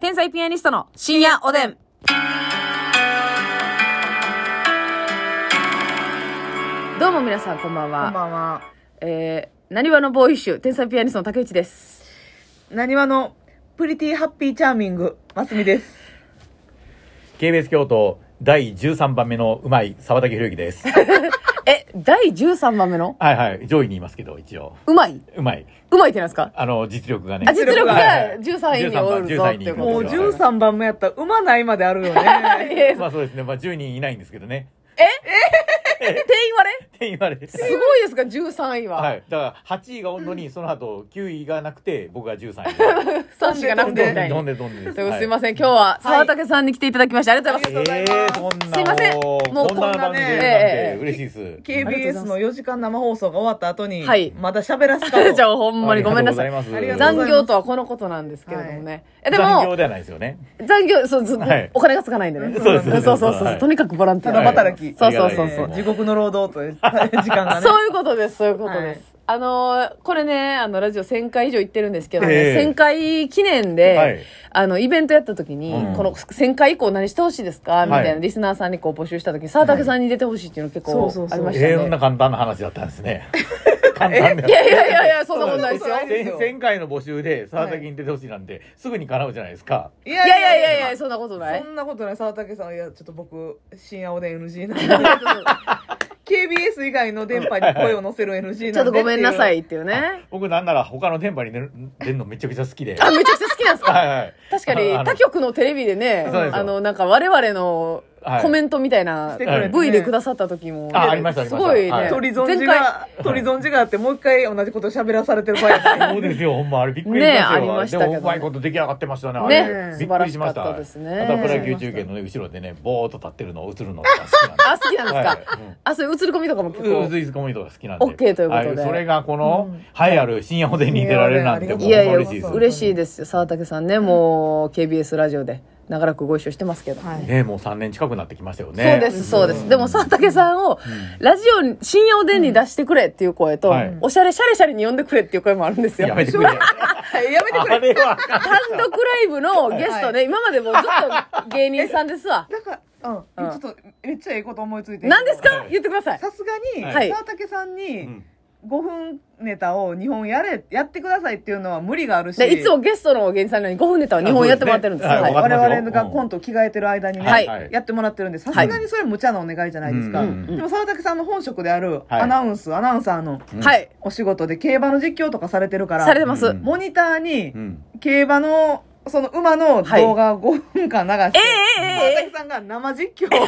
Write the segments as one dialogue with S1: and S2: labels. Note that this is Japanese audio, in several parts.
S1: 天才ピアニストの深夜おでん。どうも皆さん、こんばん
S2: こんば
S1: は。
S2: んは。
S1: えー、なにわのボーイッシュ、天才ピアニストの竹内です。
S2: なにわのプリティハッピーチャーミング、ますみです。
S3: KBS 京都第13番目のうまい沢竹ひろゆき です。
S1: え、第13番目の
S3: はいはい、上位にいますけど、一応。
S1: うまいう
S3: まい。
S1: うまいってなんですか
S3: あの、実力がね。
S1: あ実力が
S3: はいはい
S1: 13位におるぞ
S3: 13位に
S1: ってこと
S2: もう
S3: います
S2: 13番目やったら、うまないまであるよ
S1: え
S2: ね。
S3: まあそうですね、まあ10人いないんですけどね。
S1: 店員割れ
S3: って言われて。
S1: すごいですか、13位は。
S3: はい。だから8位がおんのに、その後9位がなくて、僕が13位。
S1: 3位がなくてみたい
S3: ど
S1: に
S3: ん。でどんでです。
S1: ということですいません、今日は沢竹さんに来ていただきまして、ありがとうございます。
S3: はい。えー、そんな
S1: すいません
S3: もう
S1: もう
S3: こんな番組で
S1: こんなね
S3: なんて嬉しいです。
S2: KBS の4時間生放送が終わった後に、
S1: はい
S2: まだ喋らすか
S1: じゃ
S2: と。
S1: ちゃんほんまにごめんなさい。
S3: ありがとうございます。
S1: 残業とはこのことなんですけれどもね。えで
S3: 残業
S1: も、
S3: ではないですよね。
S1: 残業、そう、ず
S3: はい
S1: お金がつかないんでね。
S3: そうです
S1: そうそうそうそう、
S3: はい
S1: とにかくボランティ
S2: た
S1: ア。
S2: だ働き。
S1: そうそうそうそう
S3: ありがたいです
S2: 地獄の労働という時間がね。
S1: そういうことです、そういうこと
S2: は
S1: で
S2: い
S1: す。あのーこれね、あの、ラジオ1000回以上行ってるんですけど、ね
S3: ええ
S1: 1000回記念で、
S3: はい
S1: あの、イベントやった時に、
S3: うん
S1: この1000回以降何してほしいですかみたいな、
S3: はい
S1: リスナーさんにこう募集した時に、沢竹さんに出てほしいっていうの結
S2: そ
S1: 構
S2: うそうそう
S1: ありましたね。
S3: えー、そんな簡単な話だったんで すね。簡単だよ
S1: いやいやいやいや、そんなことない ですよ。
S2: そうそうそう
S3: 前前回の募集で沢竹に出てほしいなんて、すぐに叶うじゃないですか。
S2: い
S1: い
S2: や
S1: やいやいやいや、そんなこと ない
S2: そ。んなことない。沢竹さん、いや、ちょっと僕、深夜おでん NG なんで。KBS 以外の電波に声を乗せる NG なんで。
S1: ちょっとごめんなさい
S2: い
S1: っていうね。
S3: 僕なんなら他の電波に出る出るのめちゃくちゃ好きで。
S1: あ、
S3: は
S1: めちゃくちゃ好きなんですか
S3: いはい。
S1: 確か
S3: あ
S1: に
S3: の
S1: 他局のテレビでね、
S3: そうですよ
S1: あの、なんか我々の
S3: はい
S1: コメントみたいな
S2: して
S3: くれてね
S1: V でくださった時も、
S3: あありましたあり
S1: す
S3: ました
S1: ごいね、
S3: はい
S2: 取り損じ
S1: 前回、
S2: が、取り損じがあって、もう一回同じこと喋らされてる場合やない
S3: そうですよ、ほんま、あれびっくりしましたよ。
S1: ねありましたけど
S3: でも、うまいこと出来上がってましたね、あ
S1: ね
S3: れ。び
S1: 素
S3: っくりしまし。
S1: 晴らしかったたですね
S3: あとはプロ野球中継のね、後ろでね、ぼーっと立ってるのを映るのが好きなんで。
S1: あ、好きなんですか。
S3: はいうん
S1: あ、そういう映り込みとかも結
S3: う
S1: 構
S3: ず。いずコミュニトが好きなん
S1: オッケー
S3: で。
S1: ということで
S3: あそれがこの、栄えある深夜おでんに出られるなんて、もうほ
S1: い
S3: んま
S1: やいや、
S3: 嬉しいです。
S1: 嬉しいですよ。沢竹さんね、もう KBS ラジオで長らくご一緒してますけど。
S3: ね、もう3年近くなってきましたよね。
S1: そうです、そうです。でも、沢竹さんを、ラジオに、深夜おでんに出してくれっていう声と、
S3: はい
S1: おしゃれシャレシャレに呼んでくれっていう声もあるんですよ。
S3: やめ てくれ。
S2: やめてく
S3: あ
S2: れ。
S3: れはあかん。
S1: 単独ライブのゲストね、今までもうずっ と芸人さんですわ。
S2: なんか、うん、
S1: うん
S2: ちょっと、めっちゃええこと思いついて。
S1: 何ですか
S3: はい
S1: 言ってください。
S2: さすがに、
S1: はい
S2: 沢竹さん
S3: う
S2: に
S3: ん、
S2: 5分ネタを2本やれ、やってくださいっていうのは無理があるし。
S1: で、いつもゲストの芸人さんのように5分ネタを2本やってもらってるんですよ。
S3: あそう
S2: は
S3: で
S1: は
S2: い、
S3: すね
S1: い
S3: わかりますよ
S2: 我々がコント着替えてる間にね、
S1: はい
S2: やってもらってるんで、さすがにそれは無茶なお願いじゃないですか。
S3: うんうんうん
S2: でも沢竹さんの本職である、
S3: はい
S2: アナウンス、アナウンサーの
S1: はい。
S2: お仕事で競馬の実況とかされてるから、
S1: されてます。
S3: うん
S2: モニターに
S3: うん
S2: 競馬の、その馬の動画を5分間流して、
S1: ええええええ
S2: 沢竹さんが生実況 を、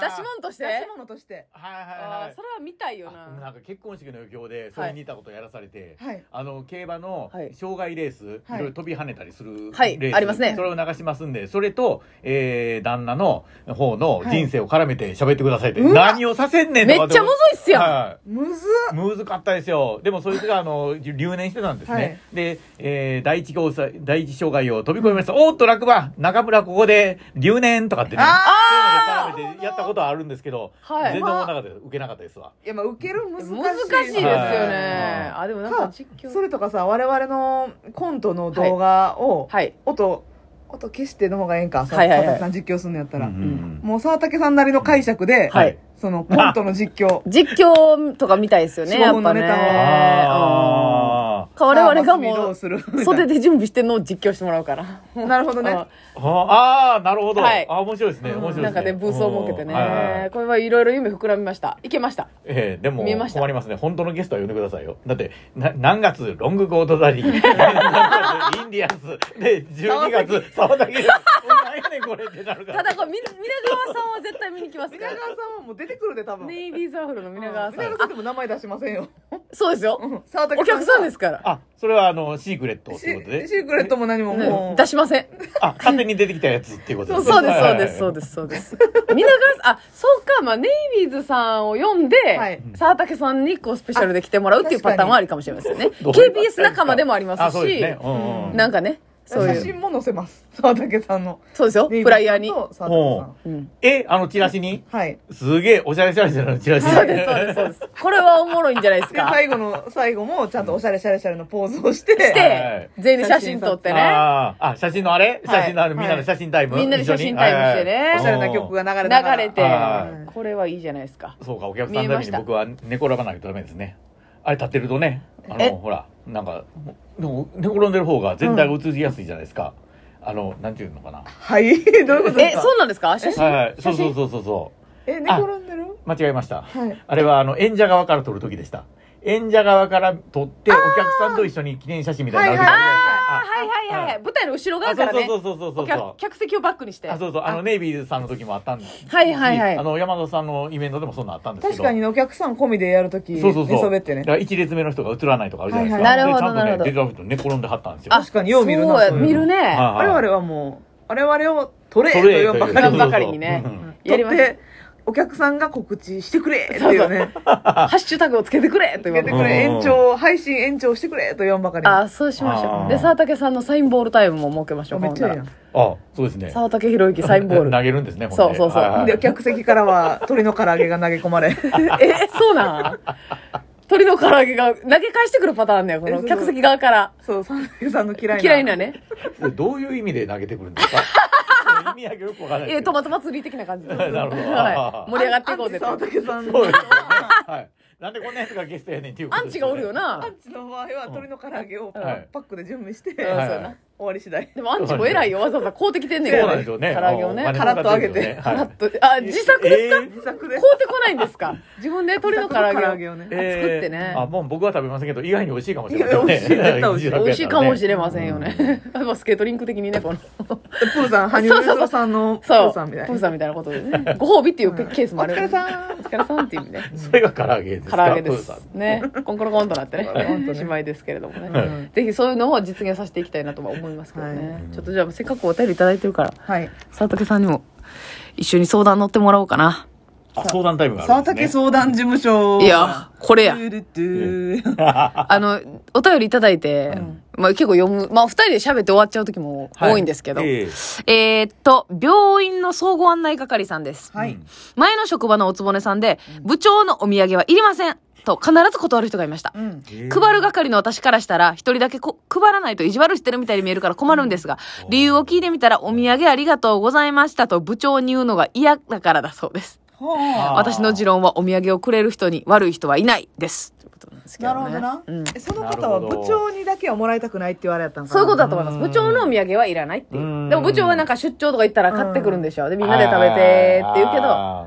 S1: 出し物とし
S2: 出
S1: て。
S2: し物として、
S3: はいはいは
S1: あー
S3: い
S1: そ。れは見たいよ
S3: あな
S1: な。
S3: んか結婚式の余興でそれに似たことやらされて、
S2: はい
S3: あの競馬の
S1: はい
S3: 障害レース、
S2: はい
S3: いろいろ飛び跳ねたりするレース、
S1: はいありますね
S3: それを流しますんでそれと、えー、旦那の方の人生を絡めて喋ってくださいって、
S2: うわ
S3: 何をさせんねん
S1: めっ
S3: とか
S1: ちゃむずいっすやん
S3: は
S2: むずっ
S3: むずかったですよ。でもそいつが、あの、留年してたんですね。
S2: はい
S3: で、えー、第一交際、第一障害を飛び越えました。おーっと、落馬中村ここで留年とかってね。
S2: あー
S3: そういうので絡めてやったことはあるんですけど、
S1: はい
S3: 全然思わなかったです。受けなかったですわ。
S2: いや、まあ、受ける難しい。
S1: 難しいですよね。
S3: はい
S1: あ、でもなん
S2: か
S1: か実
S2: そ
S1: 況。
S2: れとかさ、我々のコントの動画を、
S1: はい。
S2: 音、音消しての方がええんか。
S1: はいはいはい
S2: 沢竹さん実況するのやったら。
S3: うんうん
S2: もう沢竹さんなりの解釈で、
S1: はい
S2: そのコントの実況。
S1: 実況とか見たいですよね、やっぱね。
S2: 下
S3: うん
S1: うん
S3: あー
S1: 我々が
S2: さあ
S1: も
S2: マ
S1: う
S2: ス、ミどうする
S1: 袖で準備してんのを実況してもらう から。
S2: なるほどね。
S1: うん
S3: あー、なるほど。
S1: はい
S3: あ面白いですね。面白いですね。
S1: なんかね、ブースを設けて
S3: うんはいはいは
S1: ね
S3: い。
S1: これはいろいろ夢膨らみました。いけました。
S3: ええでも
S1: 見ました
S3: 困りますね。本当のゲストは呼んでくださいよ。だって、な何月、ロングコートダ ディ、何月インディアンス、で、12月、沢田ゲスト。何やねん、これってなるから。
S1: ただこれ、み皆川さんは絶対見に来ますか
S2: 皆
S1: ら
S2: 川。 さんはもう出てくるで、多分。
S1: ネイビーズワッフルの皆川さ
S2: 皆
S1: ん
S2: 川。さんでも名前出しませ んよ。
S1: そうですよ。
S2: うん沢竹。
S1: お客さんですすから。
S3: あ、それはあの、シークレット
S2: シ
S3: っ
S2: シ
S3: てことで。
S2: ークレットも何ももう。
S1: 出しません。
S3: あ、勝手に出てきたやつっていうこと
S1: そうです、そうです、
S3: は
S1: そ
S3: いう
S1: です、そうです。皆川さん、あ、そうか、まあ、ネイビーズさんを読ん
S2: は
S1: で
S2: い、
S1: 沢竹さんにこうスペシ ャルで来てもらうっていうパターンはありかもしれませんね。
S3: どういうパターンで
S1: KBS
S3: すか
S1: 仲間でもありま
S3: あ、
S1: す
S3: そうです
S1: し
S3: ね。、うんうん。
S1: なんかね、そういう
S2: 写真も載せます沢竹さんの
S1: そうですよ。
S2: で
S1: フライヤーに。
S2: と沢竹さん
S1: うん。
S3: え、あのチラシに
S2: はい
S3: すげえおしゃれしゃれしゃれのチラシ。
S1: そうです、そうです、そうです。これはおもろいんじゃないです
S2: で
S1: か。
S2: 最後の最後もちゃんとおしゃれしゃれしゃれのポーズをして
S1: で、全員で写真撮ってね。
S3: あーあ、写真のあれ
S1: はい
S3: 写真のあれ、みんな
S2: は
S3: の
S2: い
S3: 写真タイム
S1: みんなで写真タイムしてね
S2: おしゃれな曲
S3: が。
S2: が流れ
S1: 流
S2: ながら
S1: れ
S3: は
S1: て
S2: い。
S1: これはいいじゃないですか。
S3: そうか、お客さんのために僕は寝転ばないとダメですね。あれ立ってるとね、あ
S1: え
S3: の、ほら、なんか、でも寝転んでる方が全体が映りやすいじゃないですか。あの、なんていうのかな。
S2: はい どういうことで
S1: え、
S2: すか
S1: そうなんですか写真
S3: はいはい、そうそ
S2: 真
S3: うそうそうそう。
S2: え寝転んでる
S3: 間違えました。
S2: はい
S3: あれはあの演者側から撮る時でした。演者側から撮って、お客さんと一緒に記念写真みたいになる時
S1: あ
S3: あ
S1: はいはいはいは。
S3: はい
S1: 舞台の後ろ
S3: る
S1: 側
S3: じ
S1: か
S3: ゃ
S1: ら
S3: ないで
S1: ね
S3: すか。あ、。そうそうそうそうそう
S1: 客
S3: そう。
S1: 客席をバックにして。
S3: あ、そうそう。あの、ネイビーさんの時もあったんです。
S1: はいはいはい
S3: あの、山田さんのイベントでもそんなんあったんですけ
S2: 確
S3: ど。
S2: かにお客さん込みでやるとき
S3: そうそうそう。
S2: 寝そべってね
S3: だから一列目の人が映らないとかあるじゃないですか。
S2: はい
S1: はいなるほど
S3: でちゃん
S1: な
S3: と
S1: るほど
S3: ね、デザフト寝転んではったんですよ。
S1: あ
S2: 確かによう見るな
S1: そうや
S2: そういうの
S1: 見るね。
S3: はい
S2: 我々はもう我々を取れ
S3: 撮
S2: と
S3: れ
S2: いうば
S1: と
S2: か
S1: 言
S2: り
S1: う
S2: に
S1: ばかりにね
S3: うんうん
S1: やり
S2: 取
S1: ま
S2: っ
S1: した
S2: てお客さんが告知してくれっていうね
S1: ハッシュタグをつけてくれと
S2: つ
S1: 言わ
S2: け
S1: れ
S2: て
S1: て。
S2: くれ延長配信延長してくれと言わんばかりに
S1: あ、そうしましょ
S3: あ
S1: う。
S3: ー
S1: で、沢竹さんのサインボールタイムも設けましょう。
S2: めっちゃいいや
S1: ほんなら
S3: あ、そうですね。
S1: 沢竹ひろゆきサイン ボール。
S3: 投げるんですね、ほんで
S1: そうそうそう
S3: はいは
S2: ん
S3: い
S2: で客席からは鶏の唐揚げが投げ込ま れ
S1: え、そうなん鳥の唐揚げが投げ返してくるパターンね、こ
S2: え
S1: の
S2: そう
S1: 客席側から。
S2: そう三宅さんの嫌いな
S1: 嫌いなね。
S3: それどういう意味で投げてくるんで すか意味だけよくわからないで
S1: え
S3: すけど。
S1: ー、トマト祭り的な感じで。
S3: なるほど
S1: はい。盛り上がっていこうぜと。
S2: アンチ沢竹さん
S3: そ
S2: の
S3: うですよね。はい。なんでこんなやつがゲストやねんっていうこ
S1: ア
S3: と
S1: ン
S3: です
S1: チ
S3: よ
S1: が
S3: ね
S1: おるよ。
S2: ア
S1: な。
S2: ンチの場合は鶏の唐揚げを
S3: はい
S2: パックで準備して
S1: うん
S2: 終
S3: はい
S1: そうやな
S2: わり次第
S1: でもアンチも偉いよ。わざわざ買うてきてんねん
S3: そうなんですよね。
S1: 唐揚げをね。
S3: あの
S1: カ
S2: カラッと揚げて
S3: カラ
S1: ラ
S3: ッ
S1: ッ
S3: と
S1: と。あ、
S3: 揚げてねはい
S1: 自作ですか
S3: えー
S2: 自作
S1: 買
S2: で
S1: うてこないんですか自分で鶏の唐揚
S2: 自作の
S1: げを。
S2: ね
S1: 作ってね
S3: えーあ、もう僕は食べませんけど、意外に美味しいかもしれません
S2: いや
S3: ね。
S2: 美味しい絶対美味
S1: 美味し
S2: しい
S1: いかもしれませんよ
S3: うん。
S1: ね。やっぱスケートリンク的にね、この。
S2: プーさん羽生結弦さんのプ
S1: そう。
S2: ーさんみたい
S1: プ
S2: な
S1: ーさんみたいなことでね。ご褒美っていうペケースもある。
S2: お疲れさん
S1: お疲れさんっていう意味で。
S3: それが唐揚げです
S1: 唐
S3: か。
S1: 揚げで
S3: プー
S1: す
S3: さん。
S1: ね。コンコロコンとなってね。
S2: コロコンとね
S1: 姉妹ですけれどもね。
S3: はい
S2: うん
S1: ぜひそういうのを実現させていきたいなとは思いますけどね、
S2: はい
S1: ちょっとじゃあせっかくお便りいただいてるから
S2: はい
S1: 沢竹さんにも一緒に相談乗ってもらおうかな
S3: あ相談タイムがある
S2: 沢
S3: んですね。
S2: 竹相談事務所
S1: いやこれや
S2: トゥルトゥ
S1: あのお便りいただいて、
S2: ん
S1: まあ、結構読むまあ二人で喋って終わっちゃう時も
S3: は
S1: 多いんですけど、
S3: ええ
S1: えーっと病院の総合案内係さんです、
S2: はい
S1: 前の職場のおつぼねさんで、部長のお土産はいりませんと必ず断る人がいました、
S2: うん
S3: ええ
S1: 配る係の私からしたら、一人だけこ配らないと意地悪してるみたいに見えるから困るんですが、理由を聞いてみたら、お土産ありがとうございましたと部長に言うのが嫌だからだそうです。
S2: はあ
S3: あー
S1: 私の持論はお土産をくれる人に悪い人はいないです。ということなんですけどね。
S2: なるほどな
S1: うん。
S2: えその方は
S3: なるほど
S2: 部長にだけはもらいたくないって言われたんかな
S1: そういうことだと思います。
S3: うん
S1: 部長のお土産はいらないっていうう。
S3: ん
S1: でも部長はなんか出張とか行ったら買ってくるんでしょ。で、みんなで食べてって言うけど、
S3: あ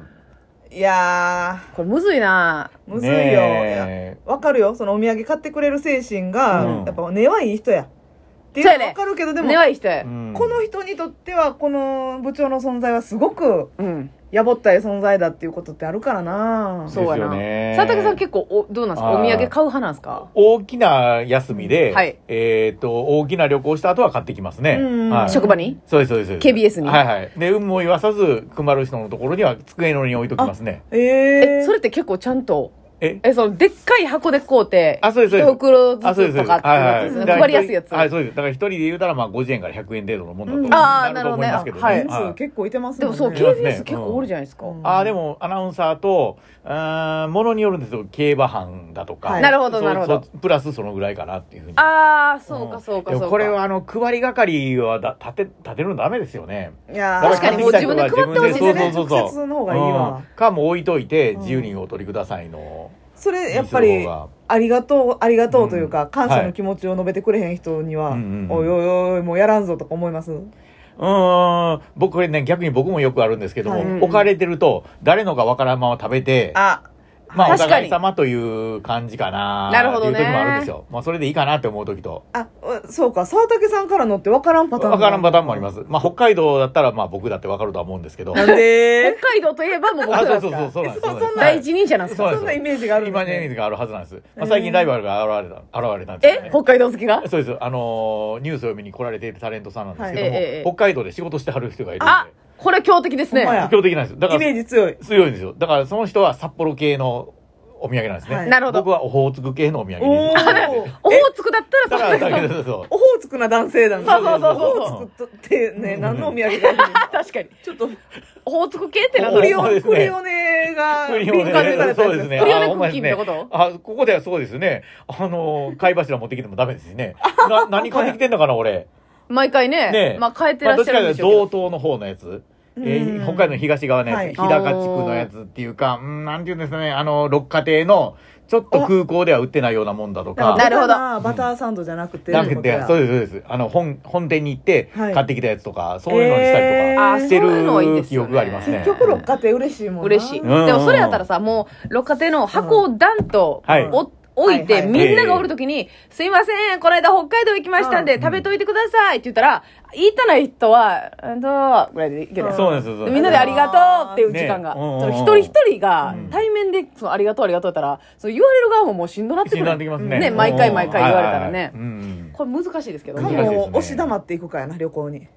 S2: いや
S1: これむずいな
S2: ー
S3: ー
S2: むずいよ
S3: ね
S2: いや
S3: え
S2: わかるよそのお土産買ってくれる精神が、
S3: うん
S2: やっぱ根はいい人やっていう
S1: そうや
S2: の
S1: ね
S2: わかるけどでも、
S1: 根はいい人や
S3: うん
S2: この人にとってはこの部長の存在はすごく
S1: うん。
S2: やぼったい存在だっていうことってあるからな
S1: そうや
S3: です
S1: な
S3: よ。ね
S1: 佐竹さん結構、お、どうなんですかお
S3: あー
S1: 土産買う派なんですか
S3: 大きな休みで、
S1: はい
S3: えっ、と、大きな旅行した後は買ってきますね。
S2: うん
S3: はい、
S1: 職場に
S3: そうです、そうです。そうです
S1: KBS に
S3: はいはい。で、運も言わさず、配る人のところには机の上に置いときますね。
S2: え
S1: え、
S2: え
S1: それって結構ちゃんと、
S3: え
S1: え、その、でっかい箱で買うて、
S3: あそうですそうです
S1: 一袋ず
S3: あ、そうで
S1: つ
S3: す、
S1: と
S3: そうです。
S1: かって
S3: はい
S1: な
S3: は
S1: って
S3: い。
S1: るやつ
S3: だから
S1: 配りやすいやつ。
S3: はい、そうです。だから一人で言うたら、まあ、50円から100円程度のものだと、
S2: うん
S1: あー
S3: と思いますけどね。
S1: なるほどね
S2: 人数結構いてます
S1: で
S2: もん
S1: も
S2: ね
S1: そう、
S3: きますね
S1: KBS 結構おるじゃないですか。
S2: うん
S3: ああ、でも、アナウンサーと、うーん、ものによるんですよ。競馬班だとか。
S2: はい
S1: なるほど
S3: そう
S1: なるほど
S3: そうプラスそのぐらいかなっていうふうに。
S1: ああ、そう
S3: う
S1: か
S3: ん
S1: そうか
S3: で
S1: そう
S3: も
S1: か。
S3: これは、あの、配り係はだ立て、立てるのダメですよね。
S2: いやー
S1: 確かにもう自分で配ってほしいですね
S3: そうそうそうそう
S2: 直接の方がいいわ
S3: うんかも置いといて自由にお取りくださいの、
S2: それやっぱりありがとうありがとうというか、
S3: うん
S2: 感謝の気持ちを述べてくれへん人には、
S3: はいうんうん
S2: おいおいおいもうやらんぞとか思います
S3: うーん僕これね逆に僕もよくあるんですけども、
S1: はい
S3: 置かれてると誰のかわからんまま食べて
S2: あ
S3: まあ
S1: 確
S3: お
S1: かに
S3: 互い様という感じかな
S1: なるほどね
S3: っていう時もあるんですよ、まあ、それでいいかなって思う時と
S2: あそうか沢竹さんからのって分からんパターン
S3: わからんパターンもありますす、まあ、北海道だったらまあ僕だってわかるとは思うんですけど
S2: なんで
S1: 北海道といえばもう僕
S3: あ
S1: ら
S3: そう
S1: で
S3: そ
S1: すか
S3: うそう
S1: ら。
S3: そうなんで
S2: え
S3: す
S2: そそんな
S1: 第一人者なんです
S3: そう
S1: か
S3: なん
S2: そんなイメージがあるんで
S3: 今
S2: す、
S3: ねイメー
S2: ね、
S3: ジがあるはずなんです、ま
S2: へー
S3: あ、最近ライバルが現れた現れたんですよね
S1: え北海道好きが
S3: そうですあのーニュースを読みに来られているタレントさんなんですけども、
S1: はいええええ
S3: 北海道で仕事してはる人がいるん
S1: あ
S3: で、
S1: これ強敵です
S2: ほんま
S1: ね
S2: や。
S3: 強敵なんですよだか
S2: イメ
S3: ら
S2: ージ強い
S3: 強いんですよだからその人は札幌系のお土産なんですね。
S2: はい
S1: なるほど
S3: 僕はオホーツク系のお土産
S2: お
S3: です。
S2: ー
S1: オホーツクだった
S3: だ
S1: ら
S3: か
S1: そ
S3: ら
S1: うだけ
S3: だけ
S1: ど。
S3: どそう
S2: オホーツクな男性なんで
S1: そうそうそうそう
S2: オホーツクってね、
S3: うん
S2: 何のお土産か
S1: 確かに。
S2: ちょっと、
S1: オホーツク系ってなんだ
S2: ク
S1: ろう
S2: リ
S3: ほんま
S2: オ、
S3: ですね
S2: クリオネが、
S3: クリオ
S2: 敏
S3: ネ
S2: 感にされたやつ
S3: そうですね
S1: クリオネ
S3: あ
S1: クッキーってこと
S3: あここではそうですねあの貝柱持ってきてもダメですしねな何買ってきてんのかな俺
S1: 毎回ね
S3: ねえ、
S1: まあ変えて
S3: ま
S1: ら
S3: あど
S1: っ
S3: っ
S1: しゃ
S3: ちか
S1: るん
S3: とい
S1: で
S3: う
S1: し
S3: と
S1: ょうけど
S3: 道。東の方のやつ、えー
S2: うん
S3: 北海道の東側のやつ、
S2: はい
S3: 日高地区のやつっていうかうんなんていうんですかねあの六花亭のちょっと空港では売ってないようなもんだとか
S1: なるほど
S2: ベタバターサンドじゃなくて。
S3: なくてそう
S2: う。
S3: ですそうですあの本本店に行って
S2: はい
S3: 買ってきたやつとか、そういうのにしたりとか
S1: あ
S3: し
S1: ー、
S3: て
S1: そういうのいいで
S3: る
S1: す
S3: 記
S1: よ
S3: 憶があります
S1: ね。
S3: ね
S2: 結局六花亭嬉しいもんな。
S1: 嬉しい。で
S3: んうんうん
S1: もそれやったらさ、もう、六花亭の箱をダンと
S3: はい
S1: お置い
S2: は
S1: て、
S2: いはい
S1: みんながおるときに、すいません、この間北海道行きましたんで、
S3: うん
S1: 食べといてくださいって言ったら、言ったない人は、うんと、ぐらいでいけるやん
S3: そうなんですよそうなんす
S1: みんなでありがとうっていう時間が。
S3: ねうんうんうん
S1: その一人一人が
S3: うん
S1: 対面で、そのありがとうありがとうやったら、そう言われる側ももうしんどなってく
S3: 診
S1: る。
S3: 断できますね
S1: ね毎回毎回言われたらね
S3: はいはいはいうん
S1: これ難しいですけど。
S3: 難しい
S1: もう
S3: ですね
S2: もう、押し黙っていくかやな、旅行に。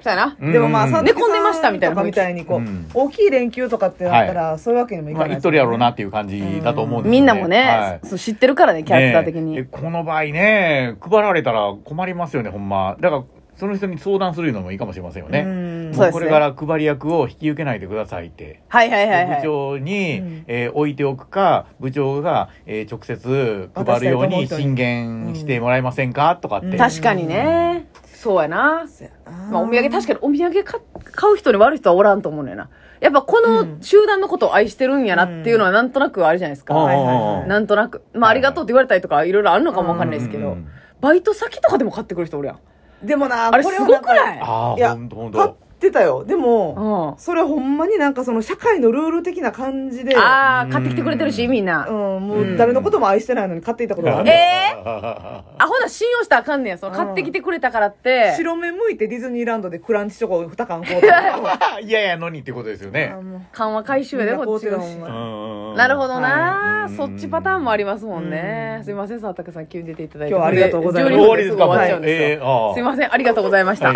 S1: そうやな。
S3: うん
S2: でもまあ、
S3: うん
S2: さ
S1: 寝込んでましたみたいな雰囲気
S2: みたいにこう、
S3: うん
S2: 大きい連休とかってなったら、そういうわけにもいか
S3: ま
S2: な
S3: あ、
S2: い。
S3: 言っとるやろうな。っていう感じだと思うんですよね
S1: みんなもね、
S3: はい
S1: そう知ってるからね、キャラクター的
S3: ねえ
S1: に。
S3: でこの場合ね、配られたら困りますよね、ほんま。だから、その人に相談するのもいいかもしれませんよね。
S2: うん
S1: そうですね
S3: これから配り役を引き受けないでくださいって。
S1: はいはいはいは
S3: 部
S1: い。
S3: 長に、
S2: うん
S3: えー置いておくか、部長が、えー直接配るように進言してもらえませんかとかって。
S2: うん
S1: 確かにね。そうやな。
S2: そうやな
S1: まあ、お土産、確かにお土産か買う人に悪い人はおらんと思うねんな。やっぱこの集団のことを愛してるんやなっていうのはなんとなくあるじゃないです
S3: うん
S1: か。
S2: はいはいはい
S1: なんとなく。まあ、ありがとうって言われたりとか、いろいろあるのかもわかんないですけ
S3: うんう
S1: ど
S3: んうん。
S1: バイト先とかでも買ってくる人おるやん。
S2: でもな、
S1: あれ
S2: こ
S1: す
S2: は
S1: ごくない
S2: んか
S3: あ
S2: い
S3: あ、
S2: や
S3: ほんとほん
S2: 買っ
S3: と。
S2: てたよ。で
S1: う
S2: も、
S1: ん。
S2: それほんまになんかその社会のルール的な感じで、
S1: ああ、買ってきてくれてる
S3: う
S1: し、
S3: ん
S1: みんな。
S2: うん、も
S1: うん
S2: う誰のことも愛してないのに買っていたことがある。
S1: え
S3: ー
S1: あ、ほな、信用したらあかんねや。その、
S2: うん
S1: 買ってきてくれたからって。
S2: 白目向いてディズニーランドでクランチチョコを2缶買うとか。
S3: いやいやのにってことですよね
S2: あ。もう
S1: 緩和回収やで、こっちが。
S2: みんな買うてるし
S3: うんうんうん
S1: なるほどな、
S3: はい
S1: そっちパターンもありますもんね。
S2: うん
S1: すいません、さあたくさん急に出ていただいて。
S2: 今日はありがとうございま
S1: 12
S2: す
S3: 終
S1: 分
S3: わりですか
S1: ぐ終わっちゃうん
S3: もうえ
S1: です
S3: ーあ
S1: よ。
S3: ー
S1: すいません、ありがとうございました。